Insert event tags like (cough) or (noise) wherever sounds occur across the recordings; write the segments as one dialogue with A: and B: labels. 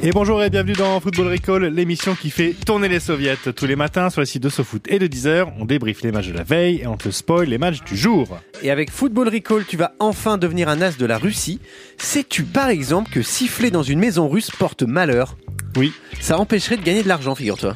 A: Et bonjour et bienvenue dans Football Recall, l'émission qui fait tourner les soviets tous les matins sur les sites de SoFoot et de Deezer. On débriefe les matchs de la veille et on te spoil les matchs du jour.
B: Et avec Football Recall, tu vas enfin devenir un as de la Russie. Sais-tu par exemple que siffler dans une maison russe porte malheur
A: Oui,
B: Ça empêcherait de gagner de l'argent, figure-toi.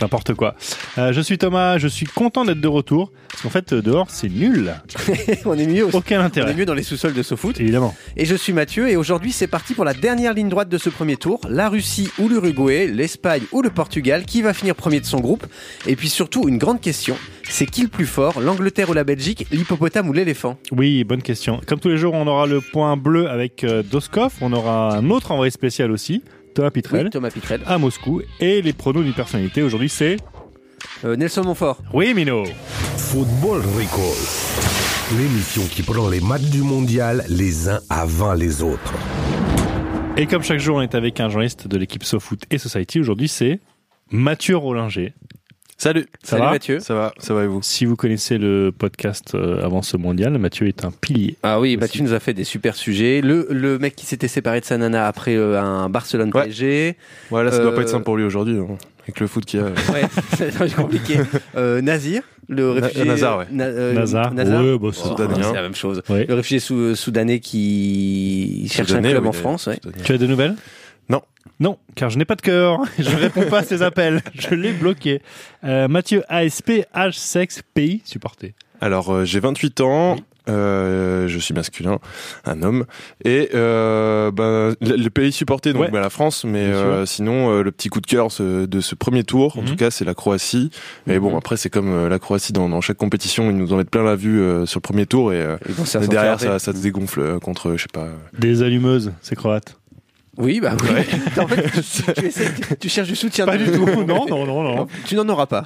A: n'importe quoi. Euh, je suis Thomas, je suis content d'être de retour parce qu'en fait euh, dehors c'est nul.
B: (laughs) on est mieux aussi.
A: Aucun
B: On est
A: intérêt.
B: mieux dans les sous-sols de SoFoot.
A: Évidemment.
B: Et je suis Mathieu et aujourd'hui c'est parti pour la dernière ligne droite de ce premier tour. La Russie ou l'Uruguay, l'Espagne ou le Portugal, qui va finir premier de son groupe Et puis surtout une grande question, c'est qui le plus fort, l'Angleterre ou la Belgique, l'hippopotame ou l'éléphant
A: Oui, bonne question. Comme tous les jours, on aura le point bleu avec euh, Doskov, on aura un autre envoyé spécial aussi, Thomas Pitrel,
B: Oui, Thomas Pitrel.
A: à Moscou et les pronos d'une personnalité. Aujourd'hui c'est...
B: Euh, Nelson Montfort.
A: Oui Mino
C: Football Recall. L'émission qui prend les matchs du mondial les uns avant les autres.
A: Et comme chaque jour, on est avec un journaliste de l'équipe SoFoot et Society. Aujourd'hui, c'est Mathieu Rollinger.
D: Salut.
A: Ça
B: Salut
A: va
B: Mathieu.
D: Ça va, ça va et vous
A: Si vous connaissez le podcast euh, avant ce mondial, Mathieu est un pilier.
B: Ah oui, bah
A: Aussi.
B: tu nous as fait des super sujets. Le, le mec qui s'était séparé de sa nana après euh, un Barcelone
D: Ouais.
B: PSG.
D: Voilà, ça
B: Euh,
D: doit pas être simple pour lui aujourd'hui, hein, avec le foot qu'il y a.
B: (laughs) Ouais, c'est compliqué. Euh, Nazir, le
D: Na-
B: réfugié.
D: Nazar, ouais.
B: Na- euh,
A: Nazar.
B: Nazar.
A: Ouais, bah, c'est-
B: Oh,
D: Soudanien.
B: c'est la même chose.
A: Ouais.
B: Le réfugié sou- euh, soudanais qui cherche un
D: Soudanais,
B: club
D: oui,
B: en France. Ouais.
D: Soudanais.
A: Tu as des nouvelles
D: Non.
A: Non, car je n'ai pas de cœur. (laughs) Je ne réponds pas à ces (laughs) appels. Je l'ai bloqué. Euh, Mathieu, ASP, âge, sexe, pays, supporté.
D: Alors, euh, j'ai 28 ans. euh, je suis masculin, un homme, et euh, ben, le, le pays supporté donc
A: Ouais.
D: ben, la France, mais
A: Bien sûr.
D: euh, sinon euh, le petit coup de cœur ce- de ce premier tour, en
A: Mhm.
D: tout cas c'est la Croatie. Mais bon après c'est comme euh, la Croatie dans, dans chaque compétition, ils nous en mettent plein la vue euh, sur le premier tour et, euh,
B: Et donc, c'est un
D: derrière
B: centre-européen.
D: ça, ça se dégonfle euh, contre je sais pas.
A: Des allumeuses, c'est croate.
B: Oui, bah (laughs) oui. en fait, tu,
D: (laughs)
B: tu essaies- tu- tu cherches du soutien.
A: Pas
B: de- (laughs)
A: du tout. (laughs) Non, non, non, non.
B: Tu n'en auras
A: (laughs)
B: pas.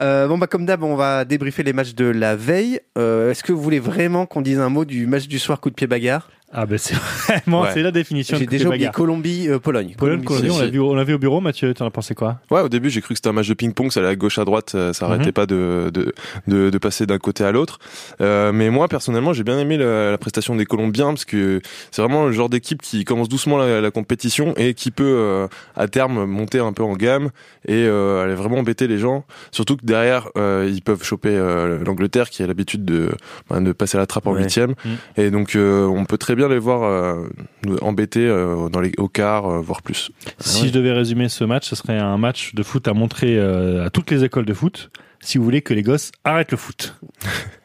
B: Euh, bon, bah, comme d'hab, on va débriefer les matchs de la veille. Euh, Est-ce que vous voulez vraiment qu'on dise un mot du match du soir coup de pied bagarre
A: Ah ben c'est (laughs) vraiment,
D: Ouais.
A: c'est la définition
B: J'ai
A: de
B: déjà oublié euh,
A: bagarre.
B: Colombie-Pologne.
A: Pologne, Colombie, on
D: Si,
A: l'a
D: si.
A: vu, on l'a vu au bureau, Mathieu, tu en as pensé quoi
D: Ouais, au début, j'ai cru que c'était un match de ping-pong, ça allait à gauche à droite, euh, ça
A: Mhm.
D: arrêtait pas de, de, de, de passer d'un côté à l'autre. Euh, mais moi, personnellement, j'ai bien aimé la, la prestation des Colombiens parce que c'est vraiment le genre d'équipe qui commence doucement la, la compétition et qui peut euh, à terme monter un peu en gamme et euh, aller vraiment embêter les gens. Surtout que derrière, euh, ils peuvent choper euh, l'Angleterre qui a l'habitude de, ben, de passer la trappe en
B: Ouais.
D: huitième.
A: Mhm.
D: Et donc, euh, on peut très bien les voir euh, nous embêter euh, dans les au quart, euh, voire plus.
A: Si
B: Ah ouais.
A: je devais résumer ce match, ce serait un match de foot à montrer euh, à toutes les écoles de foot. Si vous voulez que les gosses arrêtent le foot.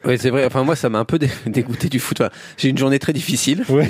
B: Oui, c'est vrai. Enfin, moi, ça m'a un peu dé- (laughs) dégoûté du foot. Enfin, j'ai une journée très difficile.
A: Ouais.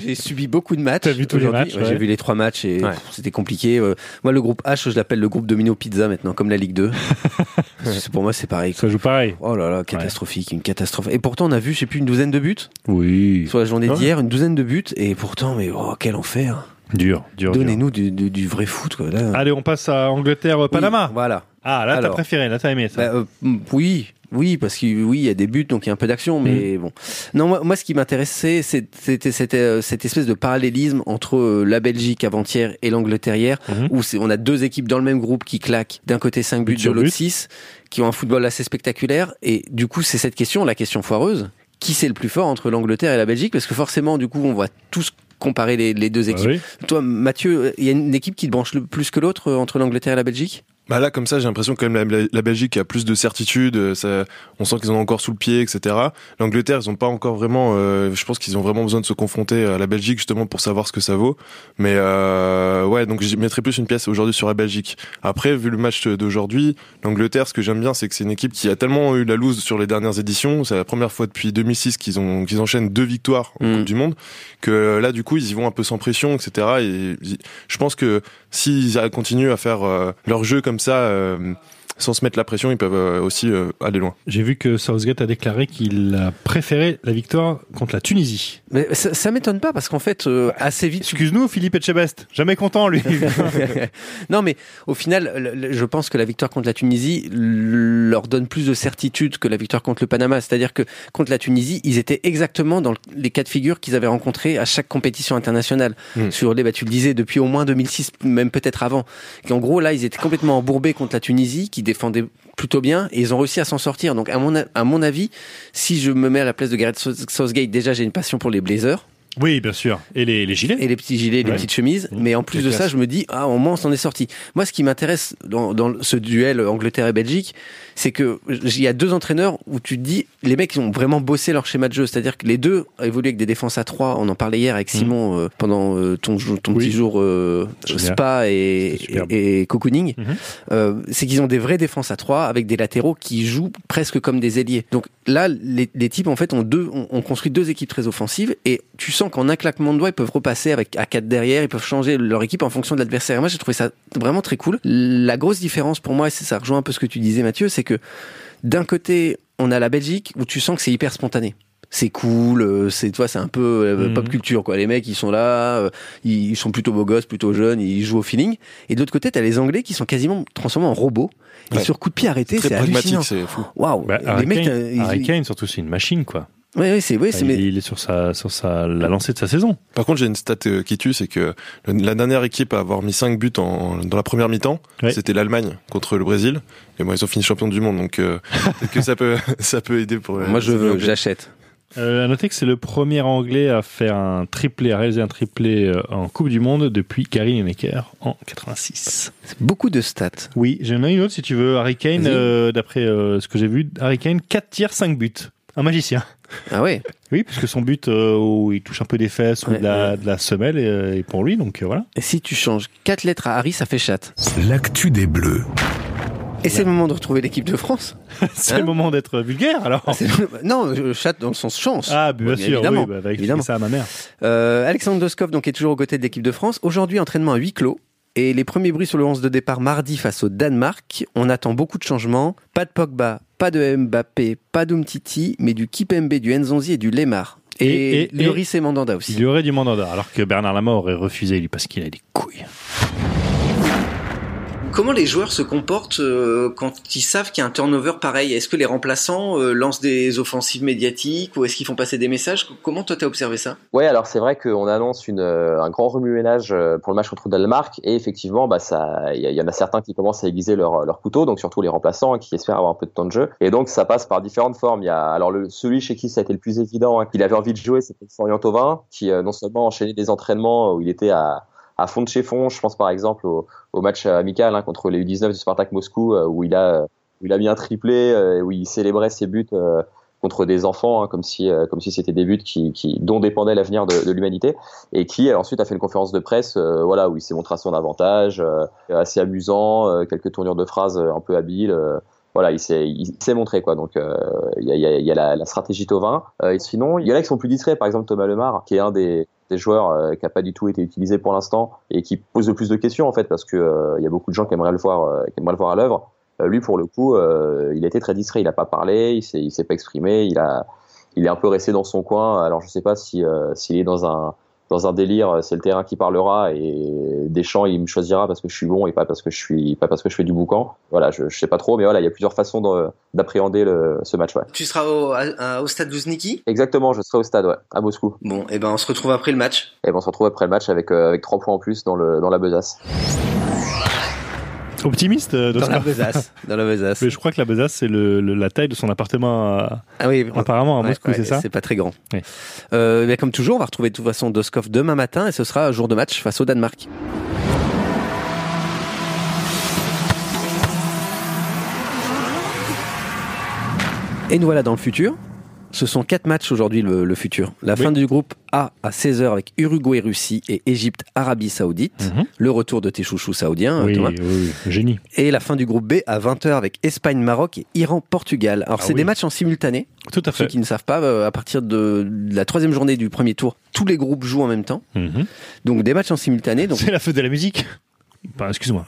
B: J'ai subi beaucoup de matchs.
A: T'as vu tous les
B: aujourd'hui.
A: matchs,
B: Ouais, J'ai
A: ouais.
B: vu les trois matchs et
D: Ouais.
B: pff, c'était compliqué. Euh, moi, le groupe H, je l'appelle le groupe Domino Pizza maintenant, comme la Ligue
A: (laughs)
B: 2. Parce que c'est- pour moi, c'est pareil.
A: (laughs) Ça joue pareil.
B: Oh là là, catastrophique, une catastrophe. Et pourtant, on a vu, je sais plus, une douzaine de buts
A: Oui. Ah
B: sur la journée
D: Ouais.
B: d'hier, une douzaine de buts. Et pourtant, mais oh, quel enfer.
A: Dur, dur. dur.
B: Donnez-nous du, du- du vrai foot, quoi. Là.
A: Allez, on passe à Angleterre-Panama.
B: Oui, voilà.
A: Ah, là, t'as
B: Alors.
A: préféré, là, t'as aimé ça.
B: Bah, euh, mm, oui, oui, parce que oui, il y a des buts, donc il y a un peu d'action, mais
A: Mm.
B: bon. Non, moi, moi, ce qui m'intéressait, c'est- c'était c'était, euh, cette espèce de parallélisme entre euh, la Belgique avant-hier et l'Angleterre hier,
A: Mhm.
B: où c'est- on a deux équipes dans le même groupe qui claquent d'un côté 5 buts,
A: But
B: de
A: sur
B: l'autre
A: but.
B: 6, qui ont un football assez spectaculaire, et du coup, c'est cette question, la question foireuse, qui c'est le plus fort entre l'Angleterre et la Belgique Parce que forcément, du coup, on va tous comparer les, les deux
A: Bah
B: équipes.
A: oui.
B: Toi, Mathieu, il y a une équipe qui te branche le plus que l'autre euh, entre l'Angleterre et la Belgique
D: Bah là, comme ça, j'ai l'impression quand même la, la- la Belgique a plus de certitude. euh, Ça, on sent qu'ils en ont encore sous le pied, etc. L'Angleterre, ils ont pas encore vraiment. euh, je pense qu'ils ont vraiment besoin de se confronter à la Belgique justement pour savoir ce que ça vaut. Mais euh, ouais, donc je mettrais plus une pièce aujourd'hui sur la Belgique. Après, vu le match d'aujourd'hui, l'Angleterre, ce que j'aime bien, c'est que c'est une équipe qui a tellement eu la loose sur les dernières éditions. C'est la première fois depuis 2006 qu'ils ont qu'ils enchaînent deux victoires en
B: Mm.
D: Coupe du Monde. Que euh, là, du coup, ils y vont un peu sans pression, etc. Et ils- je pense que s'ils a- continuent à faire euh, leur jeu comme ça, euh, sans se mettre la pression, ils peuvent euh, aussi euh, aller loin.
A: J'ai vu que Southgate a déclaré qu'il a préféré la victoire contre la Tunisie.
B: Mais ça, ça m'étonne pas parce qu'en fait, euh, assez
A: (laughs)
B: vite,
A: Excuse-nous, Philippe Etchebest. Jamais
B: (laughs)
A: content, lui. (laughs)
B: non, mais au final, le- le- je pense que la victoire contre la Tunisie leur donne plus de certitude que la victoire contre le Panama. C'est-à-dire que contre la Tunisie, ils étaient exactement dans le- les cas de figure qu'ils avaient rencontrés à chaque compétition internationale.
D: Mm.
B: Sur les, bah, tu le disais, depuis au moins 2006, même peut-être avant. Et en gros, là, ils étaient complètement embourbés contre la Tunisie, qui défendait plutôt bien, et ils ont réussi à s'en sortir. Donc, à mon, a- à mon avis, si je me mets à la place de Gareth Sous- Southgate, déjà, j'ai une passion pour les Blazers
A: oui, bien sûr. Et les, les gilets
B: et les petits gilets, et les
A: Ouais.
B: petites chemises.
A: Mmh.
B: Mais en plus
A: C'est
B: de ça,
A: classe.
B: je me dis, ah, au moins, on s'en est sorti. Moi, ce qui m'intéresse dans, dans ce duel Angleterre et Belgique, c'est que j- il y a deux entraîneurs où tu te dis, les mecs, ils ont vraiment bossé leur schéma de jeu. C'est-à-dire que les deux évoluent avec des défenses à trois. On en parlait hier avec Simon euh, pendant euh, ton, jou- ton
A: Mm. Oui.
B: petit jour euh,
A: Génial.
B: spa et,
A: C'était superbe.
B: et, et cocooning.
A: Mhm.
B: Euh, c'est qu'ils ont des vraies défenses à trois avec des latéraux qui jouent presque comme des ailiers. Donc là, les, les types en fait ont deux, ont, ont construit deux équipes très offensives et tu sens qu'en un claquement de doigts ils peuvent repasser avec à quatre derrière, ils peuvent changer leur équipe en fonction de l'adversaire. Et Moi, j'ai trouvé ça vraiment très cool. La grosse différence pour moi, et c'est ça rejoint un peu ce que tu disais Mathieu, c'est que d'un côté, on a la Belgique où tu sens que c'est hyper spontané. C'est cool, euh, c'est toi, c'est un peu euh,
A: Mhm.
B: pop culture quoi. Les mecs, ils sont là, euh, ils ils sont plutôt beaux gosses, plutôt jeunes, ils jouent au feeling. Et d'autre côté, t'as les Anglais qui sont quasiment transformés en robots. Et
D: Ouais.
B: sur coup de pied arrêté,
D: Très
B: c'est
D: pragmatique,
B: hallucinant.
D: c'est fou.
B: Waouh,
A: Bah,
B: les
A: Harry,
B: mecs,
A: Kane,
B: euh, ils-
A: Harry Kane, surtout, c'est une machine, quoi.
B: ouais, ouais, c'est, ouais, c'est,
A: Enfin,
B: mais-
A: il, il est sur, sa, sur sa, la lancée de sa saison.
D: Par contre, j'ai une stat euh, qui tue, c'est que le- la dernière équipe à avoir mis 5 buts en, dans la première mi-temps,
A: Ouais.
D: c'était l'Allemagne contre le Brésil. Et bon, ils ont fini champion du monde,
B: (laughs)
D: donc euh, peut-être que ça peut, ça peut aider pour. euh,
B: moi je
D: les
B: veux,
D: Anglais.
B: j'achète.
A: Euh, à noter que c'est le premier Anglais à faire un triplé, à réaliser un triplé euh, en Coupe du Monde depuis Gary Lineker en 86.
B: C'est beaucoup de stats.
A: Oui, j'en ai une autre si tu veux. Harry Kane,
B: Vas-y.
A: euh, d'après euh, ce que j'ai vu, Harry Kane, 4 tirs, 5 buts. Un magicien.
B: Ah ouais.
A: Oui, puisque son but euh, où il touche un peu des fesses ou
B: Ouais,
A: de la, de la semelle euh, est pour lui, donc euh, voilà.
B: Et si tu changes quatre lettres à Harry, ça fait chat.
C: L'actu des Bleus.
B: Et c'est le moment de retrouver l'équipe de France.
A: (laughs) c'est
B: Hein
A: le moment d'être vulgaire alors.
B: C'est le- Non, euh, chat dans le sens chance.
A: Ah, bien
B: Ouais,
A: Ah, sûr,
B: évidemment,
A: oui, bah, va expliquer
B: évidemment.
A: ça à ma mère.
B: Euh, Alexandre Doskov donc est toujours aux côtés de l'équipe de France. Aujourd'hui, entraînement à huis clos. Et les premiers bruits sur le 11 de départ mardi face au Danemark. On attend beaucoup de changements. Pas de Pogba, pas de Mbappé, pas d'Umtiti, mais du Kipembe, du Nzonzi et du Lemar. Et,
A: Et- et-
B: Lloris et Mandanda aussi.
A: Il y aurait du mandanda, alors que Bernard Lama aurait refusé lui parce qu'il a des couilles.
B: Comment les joueurs se comportent euh, quand ils savent qu'il y a un turnover pareil Est-ce que les remplaçants euh, lancent des offensives médiatiques ou est-ce qu'ils font passer des messages Comment toi t'as observé ça
E: Ouais, alors c'est vrai qu'on annonce une, euh, un grand remue-ménage euh, pour le match contre le Danemark et effectivement, bah ça, il y, a- il y en a certains qui commencent à aiguiser leur, leur couteau, donc surtout les remplaçants hein, qui espèrent avoir un peu de temps de jeu. Et donc ça passe par différentes formes. Il y a alors le, celui chez qui ça a été le plus évident, hein, qu'il avait envie de jouer, c'était Florian Thauvin, qui euh, non seulement enchaînait des entraînements où il était à à fond de chez fond, je pense par exemple au, au match euh, amical hein, contre les U19 du Spartak Moscou euh, où il a euh, où il a mis un triplé, euh, où il célébrait ses buts euh, contre des enfants, hein, comme si euh, comme si c'était des buts qui, qui dont dépendait l'avenir de, de l'humanité, et qui euh, ensuite a fait une conférence de presse, euh, voilà, où il s'est montré à son avantage, euh, assez amusant, euh, quelques tournures de phrases euh, un peu habiles. euh, voilà, il s'est, il s'est montré quoi. Donc euh, il y, a, il y a- il y a la, la stratégie Tovin. Euh, et sinon, il y en a qui sont plus discrets. Par exemple, Thomas Lemar, qui est un des, des joueurs euh, qui a pas du tout été utilisé pour l'instant et qui pose le plus de questions en fait, parce que euh, il y a beaucoup de gens qui aimeraient le voir, euh, qui aimeraient le voir à l'œuvre. Euh, lui, pour le coup, euh, il a été très distrait. Il n'a pas parlé, il s'est, il s'est pas exprimé. Il a, il est un peu resté dans son coin. Alors, je sais pas si euh, s'il est dans un dans un délire, euh, c'est le terrain qui parlera et Deschamps, il me choisira parce que je suis bon et pas parce que je suis pas parce que je fais du boucan. Voilà, je, je sais pas trop, mais voilà, il y a plusieurs façons de- d'appréhender le- ce match. Ouais.
B: Tu seras au, à- à- au stade d'Ouzniki
E: Exactement, je serai au stade, ouais, à Moscou.
B: Bon, et ben on se retrouve après le match.
E: Et ben, on se retrouve après le match avec euh, avec trois points en plus dans le dans la besace.
A: Optimiste, euh, Doskov.
B: besace. Dans la besace.
A: Mais je crois que la besace, c'est le- le- la taille de son appartement, à-
B: Ah oui,
A: apparemment, à
B: Ouais,
A: Moscou,
B: ouais,
A: c'est ça
B: C'est pas très grand.
A: Ouais.
B: Euh, mais comme toujours, on va retrouver de toute façon Doskov demain matin et ce sera jour de match face au Danemark. Et nous voilà dans le futur. Ce sont quatre matchs aujourd'hui le, le futur. La fin du groupe A à 16h avec Uruguay-Russie et Égypte-Arabie Saoudite.
A: Mhm.
B: Le retour de tes chouchous saoudiens,
A: Oui,
B: Thomas.
A: oui, oui, génie.
B: Et la fin du groupe B à 20h avec Espagne-Maroc et Iran-Portugal. Alors
A: Ah
B: c'est
A: oui.
B: des matchs en simultané.
A: Tout à
B: Pour ceux
A: fait.
B: qui ne savent pas, euh, à partir de la troisième journée du premier tour, tous les groupes jouent en même temps.
A: Mhm.
B: Donc des matchs en simultané. Donc
A: C'est la fête de la musique. Enfin, excuse-moi,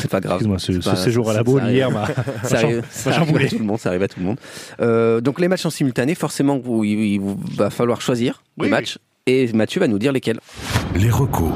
B: C'est pas grave.
A: excuse-moi, ce,
B: C'est pas-
A: ce séjour à la
B: ça
A: boule
B: arrive. (laughs)
A: hier m'a
B: Ça arrive,
A: Moi,
B: ça
A: j'en
B: arrive à
A: voulais.
B: tout le monde, ça arrive à tout le monde. Euh, donc les matchs en simultané, forcément, vous- il il vous va falloir choisir
A: Oui,
B: les matchs. Et Mathieu va nous dire lesquels.
C: Les recos.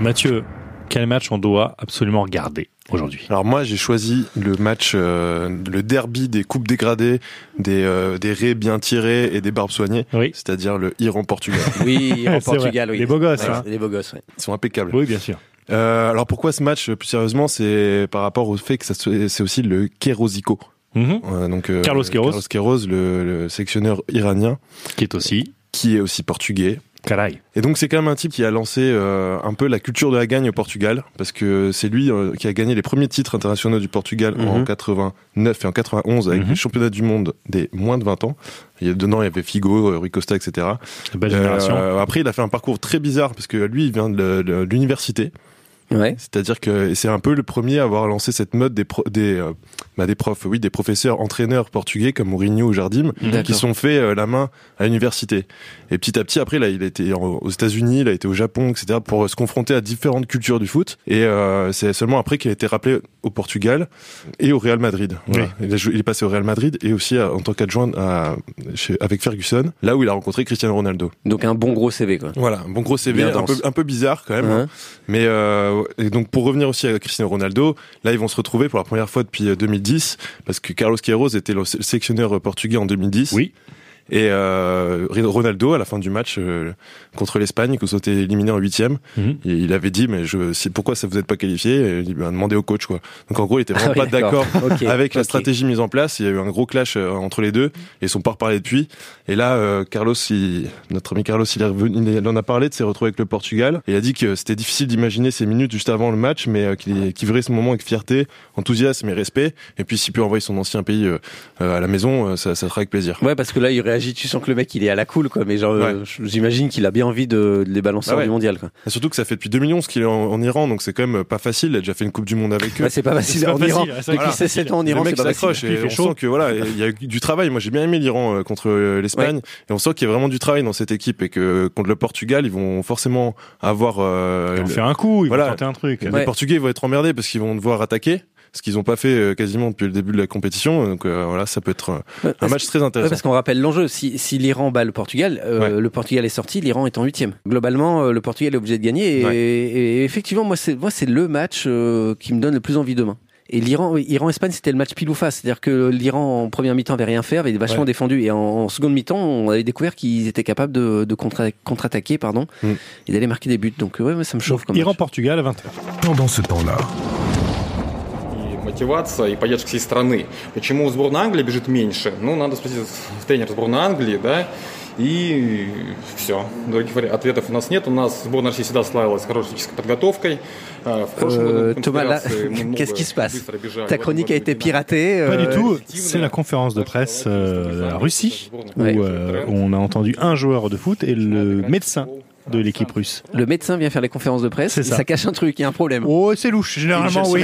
A: Mathieu, quel match on doit absolument regarder aujourd'hui
D: Alors moi j'ai choisi le match, euh, le derby des coupes dégradées, des, euh, des raies bien tirées et des barbes soignées,
A: Oui,
D: c'est-à-dire le Iran-Portugal.
B: Oui,
A: C'est
B: en
A: vrai.
B: Portugal, oui.
A: Les beaux gosses,
B: Ouais,
A: hein.
B: Les beaux gosses, ouais.
D: Ils sont impeccables.
A: oui, bien sûr.
D: Euh, alors pourquoi ce match plus sérieusement C'est par rapport au fait que ça se- c'est aussi le Kerosico.
A: Mhm.
D: Euh, donc, euh,
A: Carlos Queiroz.
D: Carlos Queiroz, le, le sélectionneur iranien,
A: Qui est aussi
D: qui est aussi portugais.
A: Caraï.
D: Et donc c'est quand même un type qui a lancé euh, un peu la culture de la gagne au Portugal, parce que c'est lui euh, qui a gagné les premiers titres internationaux du Portugal en
B: Mhm.
D: 89 et en 91 avec
A: Mhm.
D: les championnats du monde des moins de 20 ans. Il y a dedans il y avait Figo, euh, Rui Costa, etc.
A: Belle génération.
D: Euh, après il a fait un parcours très bizarre parce que lui il vient de, le- de l'université,
B: Ouais.
D: c'est-à-dire que c'est un peu le premier à avoir lancé cette mode des pro- des euh, bah, des profs, oui, des professeurs entraîneurs portugais comme Mourinho ou Jardim qui
B: D'accord.
D: se sont fait euh, la main à l'université. Et petit à petit, après, là, il a été en- aux États-Unis, il a été au Japon, etc., pour euh, se confronter à différentes cultures du foot. Et euh, c'est seulement après qu'il a été rappelé au Portugal et au Real Madrid. Voilà. Il, a joué- il est passé au Real Madrid et aussi euh, en tant qu'adjoint à- chez- avec Ferguson, là où il a rencontré Cristiano Ronaldo.
B: Donc un bon gros CV, quoi.
D: Voilà, un bon gros CV,
B: Bien
D: un peu,
B: dense.
D: un peu bizarre quand même. hein.
B: Hein
D: Mais euh, et donc pour revenir aussi à Cristiano Ronaldo, là ils vont se retrouver pour la première fois depuis euh, 2010 parce que Carlos Queiroz était le sé- sélectionneur euh, portugais en 2010.
A: Oui.
D: Et euh, Ronaldo à la fin du match euh, contre l'Espagne, que vous été éliminé en huitième,
A: Mhm.
D: et il avait dit mais je si- pourquoi ça vous êtes pas qualifié Et Il a demandé au coach quoi. Donc en gros il était vraiment
B: Ah (laughs) oui,
D: pas d'accord
B: Ok,
D: avec la
B: ok.
D: stratégie mise en place, il y a eu un gros clash euh, entre les deux et ils sont pas reparlés depuis. Et là, euh, Carlos, il- notre ami Carlos, il, est revenu, il en a parlé de ses retrouvé avec le Portugal. Et il a dit que c'était difficile d'imaginer ces minutes juste avant le match, mais euh, qu'il qu'il vivrait ce moment avec fierté, enthousiasme et respect. Et puis s'il peut envoyer son ancien pays euh, euh, à la maison, euh, ça, ça sera avec plaisir.
B: Ouais, parce que là, il réagit, tu sens que le mec, il est à la cool, quoi. Mais genre, euh, j'imagine qu'il a bien envie de, de les balancer
D: Ah
B: hors
D: ouais.
B: du mondial, quoi.
D: Et surtout que ça fait depuis 2011 qu'il est en, en Iran, donc c'est quand même pas facile. Il a déjà fait une Coupe du Monde avec eux.
B: Ouais, c'est pas facile
A: C'est pas
B: en
A: facile,
B: Iran.
A: ouais, c'est
B: Depuis
A: vrai.
B: ses 7 ans en Iran,
D: le
B: c'est
D: mec
B: pas facile.
D: s'accroche
A: Puis il
D: et
A: fait
D: on
A: chaud.
D: sent que voilà, il y a eu du travail. Moi, j'ai bien aimé l'Iran euh, contre euh, l'Espagne et on sent qu'il y a vraiment du travail dans cette équipe et que euh, contre le Portugal, ils vont forcément avoir euh,
A: Ils vont
D: le-
A: faire un coup, ils
D: voilà.
A: vont tenter un truc.
D: les
B: Ouais.
D: Portugais vont être emmerdés parce qu'ils vont devoir attaquer. Ce qu'ils n'ont pas fait euh, quasiment depuis le début de la compétition, donc euh, voilà, ça peut être euh,
B: Ouais,
D: un
B: parce-
D: match très
B: ouais,
D: intéressant.
B: parce qu'on rappelle l'enjeu, si, si l'Iran bat le Portugal, euh, le Portugal est sorti, l'Iran est en huitième. Globalement, euh, le Portugal est obligé de gagner. Et,
D: Ouais.
B: et effectivement, moi, c'est moi, c'est le match euh, qui me donne le plus envie demain. Et l'Iran, oui, Iran-Espagne, c'était le match pile ou face. C'est-à-dire que l'Iran, en première mi-temps, avait rien fait, avait vachement
D: Ouais.
B: défendu. Et en, en seconde mi-temps, on avait découvert qu'ils étaient capables de, de contra- contre-attaquer, pardon,
D: Mm.
B: et d'aller marquer des buts. Donc, ouais, moi, ça me chauffe comme match.
A: Iran-Portugal à 20h.
C: Pendant ce temps-là,
F: и мотивация, и поддержка всей страны. Почему сборная Англии бежит меньше? Ну, надо спросить в тренера сборной Англии, да, и все. Других вари- ответов у нас нет. У нас сборная России всегда славилась хорошей физической подготовкой. Э, В прошлом году
B: Euh,
F: на
B: Thomas, là,
F: конференции мы много
B: (laughs)
G: bah,
B: qu'est-ce qui se passe
F: быстро бежали. В
B: Ta
F: этом
B: chronique a
F: году
B: été
F: не надо.
B: piratée.
A: Pas
B: euh,
A: du tout,
F: effectivement,
A: c'est la conférence de presse euh, de la Russie où
B: Ouais.
A: euh, on a entendu un joueur de foot et le médecin de l'équipe russe.
B: Le médecin vient faire les conférences de presse.
A: C'est ça.
B: ça cache un truc, il y a un problème.
A: Oh, c'est louche, généralement, oui.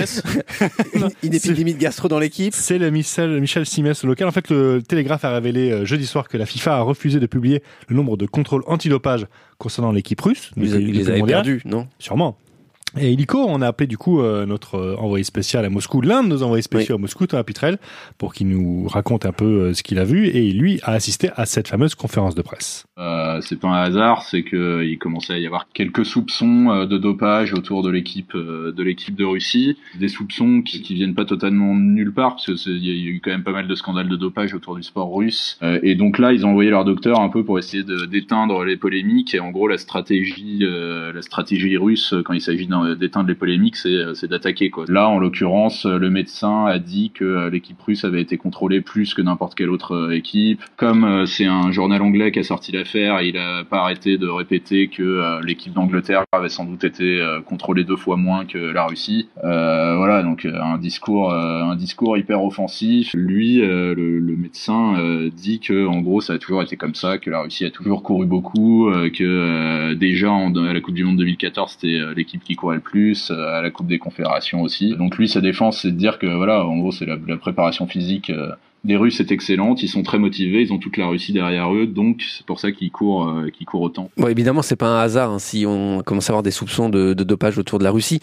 B: une, (laughs) une
A: C'est-
B: épidémie de gastro dans l'équipe.
A: C'est le Michel, Michel Simès local. En fait, le Télégraphe a révélé euh, jeudi soir que la FIFA a refusé de publier le nombre de contrôles antidopage concernant l'équipe russe.
B: Ils,
A: depuis-
B: ils
A: depuis
B: les
A: le
B: avaient
A: mondial.
B: perdus, non
A: Sûrement. Et Illico, on a appelé du coup euh, notre euh, envoyé spécial à Moscou, l'un de nos envoyés spéciaux à Moscou, Thomas Pitrel, pour qu'il nous raconte un peu euh, ce qu'il a vu. Et lui a assisté à cette fameuse conférence de presse.
H: Euh, c'est pas un hasard, c'est que il commençait à y avoir quelques soupçons euh, de dopage autour de l'équipe euh, de l'équipe de Russie, des soupçons qui, qui viennent pas totalement de nulle part parce que c'est- il y a eu quand même pas mal de scandales de dopage autour du sport russe. Euh, et donc là, ils ont envoyé leur docteur un peu pour essayer de- d'éteindre les polémiques. Et en gros, la stratégie euh, la stratégie russe euh, quand il s'agit d'un- d'éteindre les polémiques, c'est euh, c'est d'attaquer quoi. Là, en l'occurrence, euh, le médecin a dit que euh, l'équipe russe avait été contrôlée plus que n'importe quelle autre euh, équipe. Comme euh, c'est un journal anglais qui a sorti l'affaire, il a pas arrêté de répéter que euh, l'équipe d'Angleterre avait sans doute été euh, contrôlée deux fois moins que la Russie. Euh, voilà, donc euh, un discours, euh, un discours hyper offensif. Lui, euh, le, le médecin euh, dit que en gros, ça a toujours été comme ça, que la Russie a toujours couru beaucoup, euh, que euh, déjà en- à la Coupe du Monde 2014, c'était euh, l'équipe qui courait le plus, euh, à la Coupe des Confédérations aussi. Donc lui, sa défense, c'est de dire que voilà, en gros, c'est la, la préparation physique. euh, les Russes est excellente, ils sont très motivés, ils ont toute la Russie derrière eux, donc c'est pour ça qu'ils courent, euh, qu'ils courent autant.
B: Bon, évidemment, c'est pas un hasard hein, si on commence à avoir des soupçons de, de dopage autour de la Russie.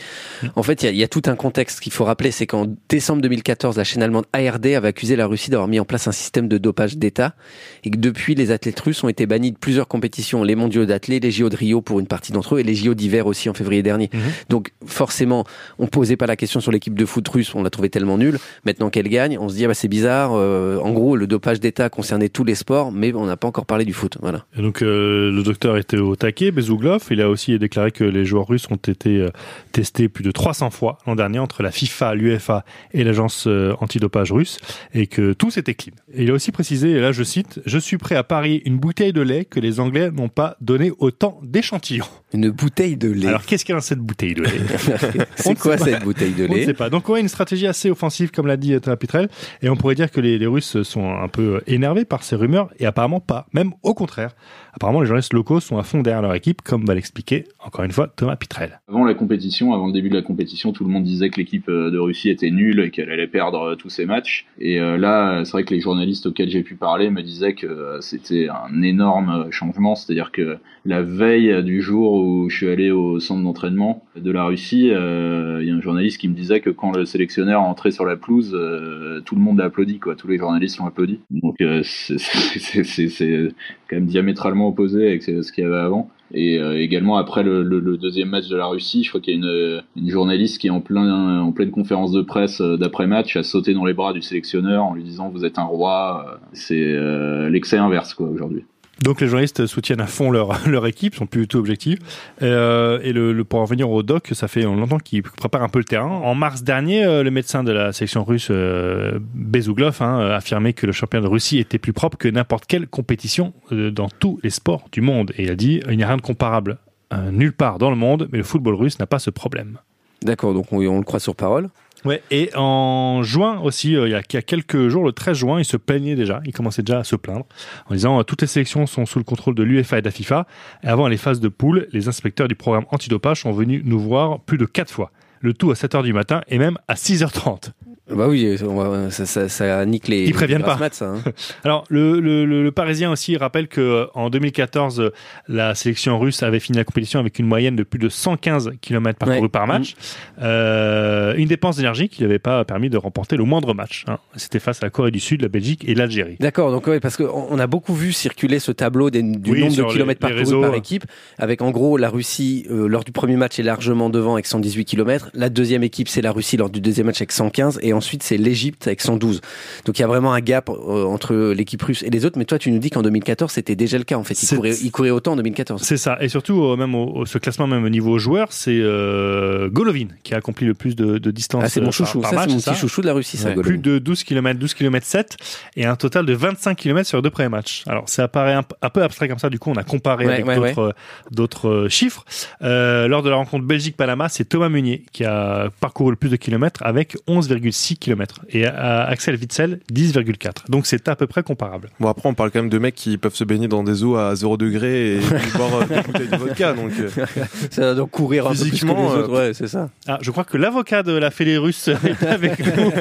B: En fait, il y a- il y, a tout un contexte qu'il faut rappeler, c'est qu'en décembre 2014, la chaîne allemande ARD avait accusé la Russie d'avoir mis en place un système de dopage d'État, et que depuis, les athlètes russes ont été bannis de plusieurs compétitions, les mondiaux d'athlètes, les JO de Rio pour une partie d'entre eux, et les JO d'hiver aussi en février dernier.
A: Mhm.
B: Donc forcément, on posait pas la question sur l'équipe de foot russe, on la trouvait tellement nulle. Maintenant qu'elle gagne, on se dit ah bah, c'est bizarre. euh, en gros, le dopage d'État concernait tous les sports, mais on n'a pas encore parlé du foot. Voilà.
A: Et donc euh, le docteur était au taquet, Bezouglov. Il a aussi déclaré que les joueurs russes ont été euh, testés plus de 300 fois l'an dernier entre la FIFA, l'UEFA et l'agence euh, antidopage russe et que tous étaient clean. Et il a aussi précisé, et là je cite, Je suis prêt à parier une bouteille de lait que les Anglais n'ont pas donné autant d'échantillons.
B: Une bouteille de lait.
A: Alors qu'est-ce qu'il y a dans cette bouteille de lait on
B: (laughs) c'est
A: ne
B: quoi
A: sait pas.
B: cette bouteille de
A: On ne
B: lait
A: sait pas. Donc, on a une stratégie assez offensive, comme l'a dit euh, Thomas Pitrel. Et on pourrait dire que les, les Russes sont un peu euh, énervés par ces rumeurs, et apparemment pas. Même au contraire. Apparemment, les journalistes locaux sont à fond derrière leur équipe, comme va l'expliquer, encore une fois, Thomas Pitrel.
H: Avant la compétition, avant le début de la compétition, tout le monde disait que l'équipe euh, de Russie était nulle et qu'elle allait perdre euh, tous ses matchs. Et euh, là, euh, c'est vrai que les journalistes auxquels j'ai pu parler me disaient que euh, c'était un énorme euh, changement. C'est-à-dire que la veille du jour où je suis allé au centre d'entraînement de la Russie, euh, il y a un journaliste qui me disait que quand le sélectionneur est entré sur la pelouse, euh, tout le monde l'a applaudi, quoi. Tous les journalistes l'ont applaudi. Donc euh, c'est- (laughs) c'est- c'est c'est quand même diamétralement opposé avec ce ce qu'il y avait avant. Et euh, également après le, le- le deuxième match de la Russie, je crois qu'il y a une, euh, une journaliste qui est en plein en pleine conférence de presse euh, d'après match a sauté dans les bras du sélectionneur en lui disant vous êtes un roi. euh, C'est euh, l'excès inverse quoi aujourd'hui.
A: Donc, les journalistes soutiennent à fond leur, (laughs) leur équipe, sont plus du tout objectifs. Euh, et le, le- pour en venir au doc, ça fait longtemps qu'ils préparent un peu le terrain. En mars dernier, euh, le médecin de la section russe, euh, Bezouglov, hein, a affirmé que le championnat de Russie était plus propre que n'importe quelle compétition euh, dans tous les sports du monde. Et il a dit il n'y a rien de comparable. euh, nulle part dans le monde, mais le football russe n'a pas ce problème.
B: D'accord, donc on, on le croit sur parole.
A: Ouais, et en juin aussi, euh, il, y a, il y a quelques jours, le 13 juin, il se plaignait déjà, il commençait déjà à se plaindre, en disant euh, toutes les sélections sont sous le contrôle de l'UEFA et de la FIFA. Et avant les phases de poule, les inspecteurs du programme antidopage sont venus nous voir plus de 4 fois. Le tout à 7h du matin et même à 6h30.
B: Bah oui, on va- ça, ça- ça nique les.
A: Ils préviennent
B: les grasses
A: pas.
B: maths, ça, hein.
A: Alors, le, le- le- le Parisien aussi rappelle que euh, en 2014, euh, la sélection russe avait fini la compétition avec une moyenne de plus de 115 km parcourus
B: Ouais. Mm.
A: par match. Euh, une dépense d'énergie qui n'avait pas permis de remporter le moindre match. hein. C'était face à la Corée du Sud, la Belgique et l'Algérie.
B: D'accord, donc ouais, parce qu'on on a beaucoup vu circuler ce tableau des- du
A: Oui,
B: nombre de
A: sur les-
B: kilomètres
A: les
B: parcourus
A: réseaux,
B: par
A: ouais.
B: équipe, avec en gros la Russie euh, lors du premier match est largement devant avec 118 kilomètres, la deuxième équipe c'est la Russie lors du deuxième match avec 115 et ensuite c'est l'Égypte avec 112. Donc il y a vraiment un gap euh, entre l'équipe russe et les autres, mais toi tu nous dis qu'en 2014 c'était déjà le cas en fait, ils
A: C'est-
B: couraient, ils couraient autant en 2014.
A: C'est ça. Et surtout, euh, même au, au- ce classement, même au niveau joueur, c'est euh, Golovin qui a accompli le plus de, de distance.
B: Ah c'est
A: euh,
B: mon
A: par-
B: chouchou,
A: par
B: ça
A: match,
B: c'est mon
A: c'est
B: petit
A: ça
B: chouchou de la Russie ça.
A: Ouais.
B: Golovin.
A: plus de 12 km, 12 km 7 et un total de 25 km sur les deux premiers matchs. Alors ça apparaît un, p- un peu abstrait comme ça, du coup on a comparé
B: Ouais,
A: avec
B: ouais,
A: d'autres euh, d'autres euh, chiffres. Euh, lors de la rencontre Belgique-Panama, c'est Thomas Meunier qui a parcouru le plus de kilomètres avec 11,6 km et euh, Axel Witzel 10,4. Donc c'est à peu près comparable.
D: Bon, après, on parle quand même de mecs qui peuvent se baigner dans des eaux à
B: (laughs)
D: 0 degré et boire euh, des bouteilles de vodka. Donc, euh,
B: Ça, donc courir un peu plus que les
D: Physiquement, euh,
B: autres, ouais, c'est ça.
A: Ah, je crois que l'avocat de la fédé russe (laughs) est avec nous.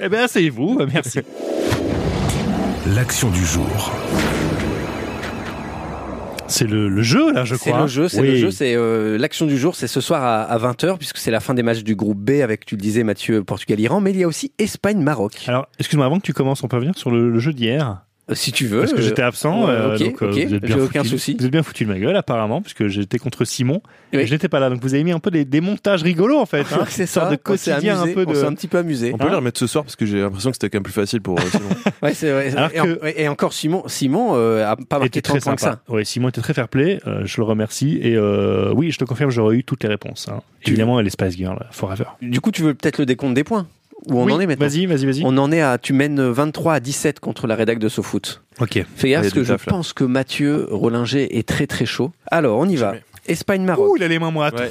A: eh bien, asseyez-vous, merci.
C: L'action du jour.
A: C'est le, le jeu là, je
B: C'est
A: crois.
B: le jeu, c'est le
A: Oui.
B: jeu, c'est euh, l'action du jour, c'est ce soir à, 20h puisque c'est la fin des matchs du groupe B avec tu le disais Mathieu Portugal-Iran, mais il y a aussi Espagne-Maroc.
A: Alors, excuse-moi, avant que tu commences, on peut venir sur le- le jeu d'hier.
B: Euh, Si tu veux.
A: Parce que
B: euh,
A: j'étais absent,
B: ouais,
A: euh,
B: ok,
A: donc euh,
B: ok,
A: vous êtes bien
B: j'ai aucun
A: foutu-
B: souci.
A: Vous êtes bien foutu de ma gueule apparemment, puisque j'étais contre Simon
B: Oui.
A: et je n'étais pas là. Donc vous avez mis un peu des, des montages rigolos en fait.
B: (laughs)
A: hein.
B: (laughs) c'est ça,
A: Sorte de
B: on s'est
A: quotidien
B: amusé,
A: un peu
B: on
A: de-
B: s'est un petit peu amusé.
D: on peut les remettre ce soir parce que j'ai l'impression que c'était quand même plus facile pour. euh, Simon.
B: Ouais, c'est vrai.
A: Alors
B: et, en-
A: que-
B: et encore Simon, Simon euh, a pas marqué
A: était très
B: 30 points que ça.
A: sympa. Oui, Simon était très fair play. euh, je le remercie et euh, oui, je te confirme, j'aurais eu toutes les réponses. hein.
B: Tu-
A: Évidemment, elle est Spice Girl euh, forever.
B: Du coup, tu veux peut-être le décompte des points où on
A: Oui,
B: en est maintenant
A: Vas-y, vas-y, vas-y.
B: On en est à tu mènes 23 à 17 contre la rédac de SoFoot.
A: Ok.
B: Fais gaffe
D: Il y a
B: parce que
D: du
B: je
D: taf, là.
B: pense que Mathieu Rollinger est très très chaud. Alors, on y va. Espagne-Maroc.
A: Ouh, il a les mains moites. (laughs)
D: Ouais.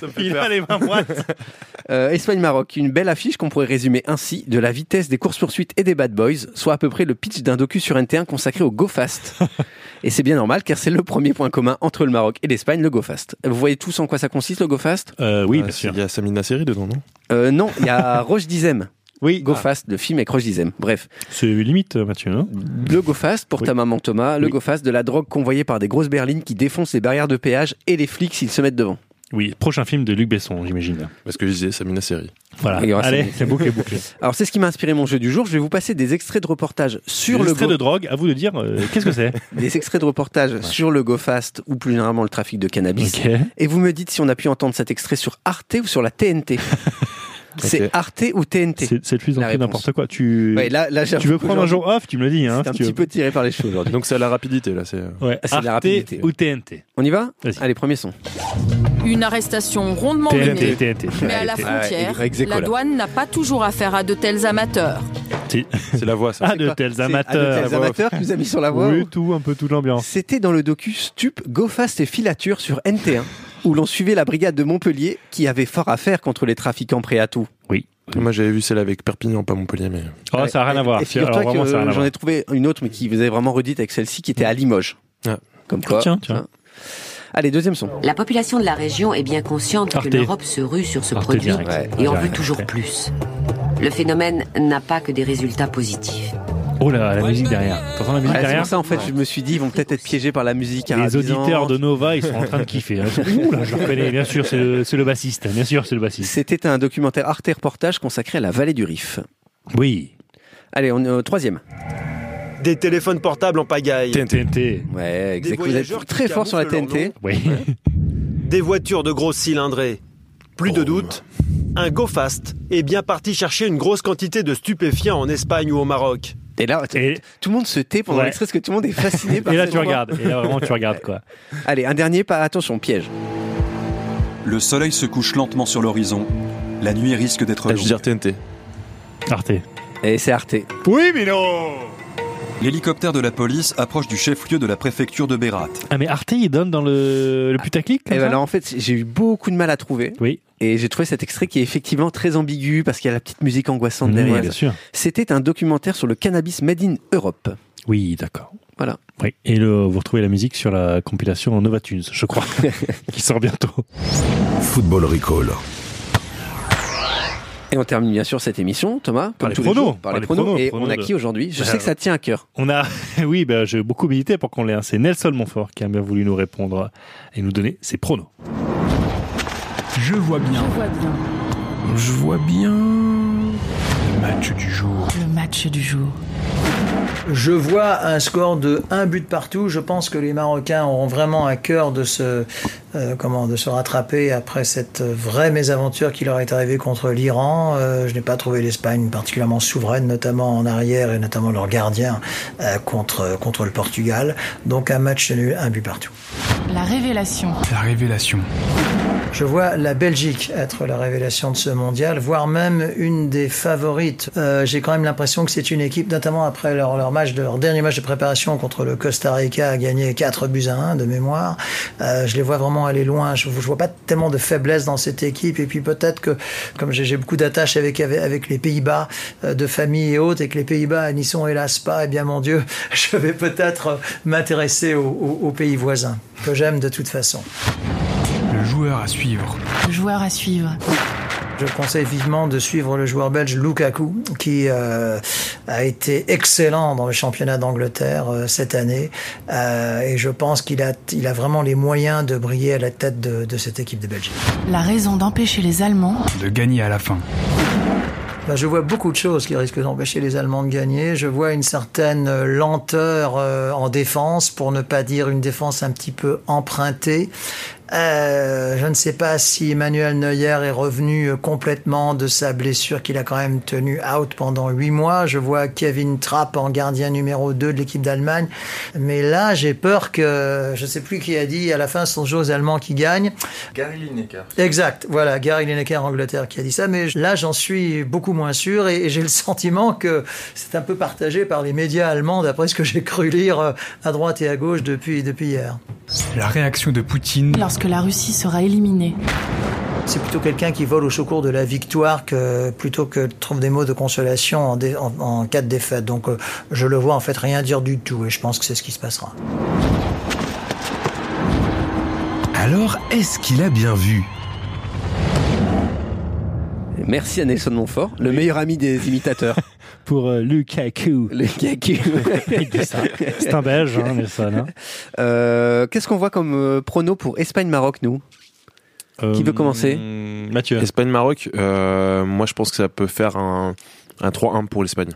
D: Ça
B: (laughs)
D: me fait
A: Il
D: peur.
A: a les mains moites. (laughs)
B: Euh, Espagne-Maroc, une belle affiche qu'on pourrait résumer ainsi de la vitesse des courses-poursuites et des bad boys, soit à peu près le pitch d'un docu sur NT1 consacré au Go
A: (laughs)
B: Fast. et c'est bien normal car c'est le premier point commun entre le Maroc et l'Espagne, le Go Fast. Vous voyez tous en quoi ça consiste le Go Fast
A: Euh, oui,
D: Ah,
A: bien
D: c'est-
A: sûr.
D: Il y a Samina Seri dedans, non
A: (laughs)
B: euh, Non, il y a Roche Dizem.
A: Oui,
B: Go
A: ah,
B: Fast, le film avec Roche Dizem. Bref,
A: c'est limite, Mathieu. hein.
B: le Go Fast pour
A: Oui.
B: ta maman Thomas, le
A: Oui.
B: Go Fast de la drogue convoyée par des grosses berlines qui défoncent les barrières de péage et les flics s'ils se mettent devant.
A: oui, prochain film de Luc Besson, j'imagine.
D: Parce que je disais, Samina série.
A: Voilà.
B: Ah, Il y aura
A: Allez,
B: ça.
A: la boucle est bouclée.
B: Alors c'est ce qui m'a inspiré mon jeu du jour. Je vais vous passer des extraits de reportages (laughs) sur le
A: Extrait
B: Go,
A: de drogue, à vous de dire euh, qu'est-ce que c'est.
B: des extraits de reportages sur le Go Fast ou plus généralement le trafic de cannabis.
A: Ok.
B: Et vous me dites si on a pu entendre cet extrait sur Arte ou sur la
A: (laughs)
B: TNT. c'est
D: Ok.
B: Arte ou TNT.
A: C'est c'est de plus en
B: La
A: plus
B: réponse.
A: n'importe quoi. Tu,
B: Ouais, là, là,
A: tu veux prendre un
B: aujourd'hui,
A: jour off, tu me le dis. Hein,
B: C'est un
A: si tu
B: petit
A: veux.
B: peu tiré par les cheveux aujourd'hui.
D: Donc c'est à la rapidité là. C'est euh,
A: Ouais.
B: C'est de la
A: Arte
B: rapidité,
A: ou TNT
B: On y va
A: Vas-y.
B: Allez, premier son.
I: Une arrestation rondement
A: TNT,
I: menée.
A: TNT.
I: Mais à la
B: Ah ouais,
I: frontière,
B: il est ex aequo,
I: la
B: là.
I: douane n'a pas toujours affaire à de tels amateurs.
D: c'est la voix ça.
A: Ah, de
B: quoi
A: tels
B: C'est à de
A: amateurs.
B: tels amateurs qui nous a mis sur la voie. Oh.
A: Oui, tout, un peu toute l'ambiance.
B: C'était dans le docu Stup, Go Fast et Filature sur NT1, où l'on suivait la brigade de Montpellier qui avait fort à faire contre les trafiquants prêts à tout.
A: Ah.
D: Moi j'avais vu celle avec Perpignan, pas Montpellier, mais euh.
A: Oh, ça n'a rien à voir.
B: Et figure-toi
A: Alors, vraiment,
B: que
A: ça a rien à
B: j'en
A: voir.
B: ai trouvé une autre, mais qui vous avait vraiment redite avec celle-ci, qui était à Limoges.
G: Ah.
D: Ouais.
B: Comme quoi.
A: Tiens, tiens.
B: Allez, deuxième son.
J: La population de la région est bien consciente
A: Arte.
J: que l'Europe se rue sur ce
A: Arte
J: produit
A: direct.
J: et en
A: Ouais.
J: veut toujours plus. Le phénomène n'a pas que des résultats positifs.
A: Oh là, la musique derrière. T'entends la musique
B: Ouais, c'est
A: Ah, derrière
B: pour ça, en fait, je me suis dit, ils vont peut-être être piégés par la musique
A: Les
B: arabisante.
A: auditeurs de Nova, ils sont en train de
B: (laughs)
A: kiffer. hein. Ouh là, je le reconnais, bien sûr, c'est le, c'est le bassiste. Bien sûr, c'est le bassiste.
B: C'était un documentaire Arte Reportage consacré à la vallée du Rif.
A: Oui.
B: Allez, on est au troisième.
G: Des téléphones portables en pagaille.
A: TNT.
B: Ouais,
G: Des
B: exact. Vous êtes
G: voyageurs
B: très
G: qui
B: fort sur la
G: camouflent leur
B: TNT.
A: Oui.
G: Des voitures de gros cylindrées. Plus
D: Oh.
G: de doute, un go fast est bien parti chercher une grosse quantité de stupéfiants en Espagne ou au Maroc.
B: Et là, t-
A: Et-
B: tout le monde se tait pendant
A: Ouais.
B: l'extrait parce que tout le monde est
A: (laughs)
B: fasciné par
A: Et là,
B: cette
A: tu
B: voix.
A: regardes. Et là, vraiment, tu regardes, quoi.
B: Allez, un dernier, pas attention, piège.
K: Le soleil se couche lentement sur l'horizon. La nuit risque d'être
D: je veux dire TNT.
A: Arte.
B: Et c'est Arte.
G: Oui, mais non
K: L'hélicoptère de la police approche du chef-lieu de la préfecture de Bérat.
A: Ah, mais Arte, il donne dans le, le putaclic
B: Et
A: comme ça
B: ben alors, en fait, j'ai eu beaucoup de mal à trouver.
A: Oui.
B: Et j'ai trouvé cet extrait qui est effectivement très ambigu parce qu'il y a la petite musique angoissante
A: Mmh,
B: derrière.
A: bien sûr.
B: C'était un documentaire sur le cannabis made in Europe.
A: Oui, d'accord.
B: Voilà.
A: Oui. Et le, vous retrouvez la musique sur la compilation Nova Tunes, je (laughs) crois, qui sort bientôt.
C: Football Recall.
B: Et on termine bien sûr cette émission, Thomas, comme
A: Par les
B: tous les
A: pronos,
B: jours, par, les pronos. et
A: pronos
B: on a
A: de-
B: qui aujourd'hui Je
A: Bah,
B: sais que ça tient à cœur.
A: On a, (laughs) oui, ben, j'ai beaucoup milité pour qu'on l'ait. un. C'est Nelson Montfort qui a bien voulu nous répondre et nous donner ses pronos.
K: Je vois bien. Je vois bien. Le match du jour.
J: Le match du jour.
G: Je vois un score de un but partout. Je pense que les Marocains auront vraiment à cœur de se, euh, comment, de se rattraper après cette vraie mésaventure qui leur est arrivée contre l'Iran. Euh, je n'ai pas trouvé l'Espagne particulièrement souveraine, notamment en arrière et notamment leur gardien euh, contre, contre le Portugal. Donc un match nul, un but partout.
J: La révélation.
K: La révélation.
G: Je vois la Belgique être la révélation de ce mondial, voire même une des favorites. Euh, J'ai quand même l'impression que c'est une équipe, notamment après leur, leur match, de- leur dernier match de préparation contre le Costa Rica, a gagné 4 buts à 1 de mémoire. Euh, je les vois vraiment aller loin. Je, je vois pas tellement de faiblesse dans cette équipe. Et puis peut-être que, comme j'ai j'ai beaucoup d'attaches avec, avec, avec les Pays-Bas, euh, de famille et autres, et que les Pays-Bas n'y sont hélas pas, eh bien mon Dieu, (laughs) je vais peut-être m'intéresser aux- aux- aux pays voisins, que j'aime de toute façon.
K: Le joueur à suivre.
J: Le joueur à suivre.
G: Je conseille vivement de suivre le joueur belge Lukaku, qui euh, a été excellent dans le championnat d'Angleterre euh, cette année. Euh, et je pense qu'il a, il a vraiment les moyens de briller à la tête de, de cette équipe de Belgique.
J: La raison d'empêcher les Allemands.
K: De gagner à la fin.
G: Ben, je vois beaucoup de choses qui risquent d'empêcher les Allemands de gagner. Je vois une certaine euh, lenteur euh, en défense, pour ne pas dire une défense un petit peu empruntée. Euh, je ne sais pas si Emmanuel Neuer est revenu euh, complètement de sa blessure qu'il a quand même tenu out pendant huit mois. Je vois Kevin Trapp en gardien numéro 2 de l'équipe d'Allemagne. Mais là, j'ai peur que, je ne sais plus qui a dit, à la fin, ce sont toujours les Allemands qui gagnent.
F: Gary Lineker.
G: Exact, voilà, Gary Lineker en Angleterre qui a dit ça, mais je- là j'en suis beaucoup moins sûr et, et j'ai le (laughs) sentiment que c'est un peu partagé par les médias allemands d'après ce que j'ai cru lire euh, à droite et à gauche depuis, depuis hier.
K: La réaction de Poutine.
J: Lorsque la Russie sera éliminée.
G: C'est plutôt quelqu'un qui vole au secours de la victoire que plutôt que trouve des mots de consolation en, dé- en- en cas de défaite. Donc euh, je le vois en fait rien dire du tout et je pense que c'est ce qui se passera.
C: Alors, est-ce qu'il a bien vu
B: Eh Merci à Nelson Montfort, le meilleur ami des
A: (laughs)
B: imitateurs.
A: Pour euh, Lukaku.
B: (laughs) Lukaku.
A: Il dit ça. (laughs) C'est un Belge, hein, Nelson. hein.
B: Euh, Qu'est-ce qu'on voit comme euh, prono pour Espagne-Maroc, nous (laughs) Qui veut commencer
A: hein. Euh, Mathieu.
D: Espagne-Maroc, euh, moi je pense que ça peut faire un, un 3-1 pour l'Espagne.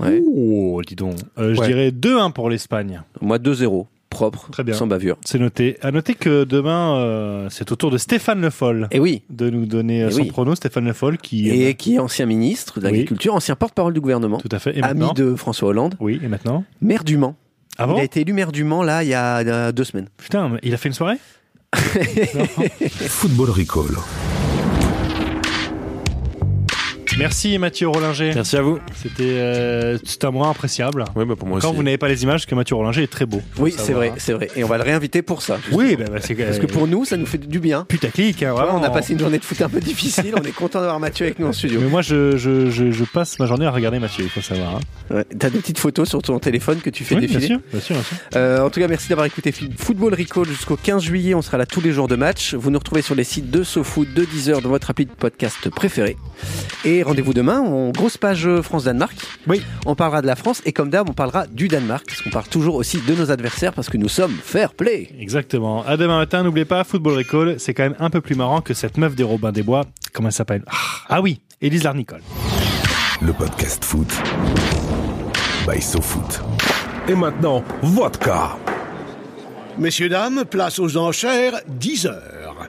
B: Ouais.
A: Oh, dis donc. Euh, Je
D: Ouais.
A: dirais 2-1 pour l'Espagne.
B: Moi, 2-0, propre,
A: Très bien.
B: sans bavure.
A: C'est noté. À noter que demain, euh, c'est au tour de Stéphane Le Foll
B: Et oui,
A: de nous donner euh,
B: Eh
A: son
B: oui.
A: prono. Stéphane Le Foll qui est
B: et qui est ancien ministre de
A: Oui.
B: l'Agriculture, ancien porte-parole du gouvernement,
A: tout à fait. Et
B: ami
A: maintenant
B: de François Hollande,
A: Oui, et maintenant
B: maire du Mans.
A: Avant
B: il a été élu maire du Mans, là, il y a euh, deux semaines.
A: Putain, mais il a fait une soirée
C: Football Recall.
A: Merci Mathieu Rollinger.
D: Merci à vous.
A: C'était euh, c'était un moment appréciable.
D: Oui, bah, pour moi
A: Quand
D: aussi.
A: vous n'avez pas les images, parce que Mathieu Rollinger est très beau. Faut
B: Oui,
A: le
B: c'est
A: savoir,
B: vrai,
A: hein.
B: c'est vrai. Et on va le réinviter pour ça.
A: Oui, bah, bah, c'est
B: Parce que pour nous, ça nous fait du bien.
A: putaclic, hein,
B: Tu vois,
A: vraiment.
B: on a passé une journée de foot un peu difficile, on est content d'avoir Mathieu avec nous en studio.
A: Mais moi, je, je, je, je passe ma journée à regarder Mathieu, il faut savoir. hein.
B: Ouais, T'as des petites photos sur ton téléphone que tu fais
A: Oui, bien
B: défiler.
A: sûr, bien sûr, bien sûr.
B: Euh, en tout cas, merci d'avoir écouté Fi- Football Recall jusqu'au 15 juillet. On sera là tous les jours de match. Vous nous retrouvez sur les sites de SoFoot, de Deezer, de votre appli de podcast préféré. Et rendez-vous demain. On grosse page euh, France-Danemark.
A: Oui.
B: On parlera de la France et comme d'hab, on parlera du Danemark parce qu'on parle toujours aussi de nos adversaires parce que nous sommes fair play.
A: Exactement. À demain matin, n'oubliez pas, Football Recall, c'est quand même un peu plus marrant que cette meuf des Robins des Bois. Comment elle s'appelle ah, ah oui, Élise Larnicole.
C: Le podcast foot. By SoFoot. Et maintenant, vodka.
L: Messieurs, dames, place aux enchères, 10 heures.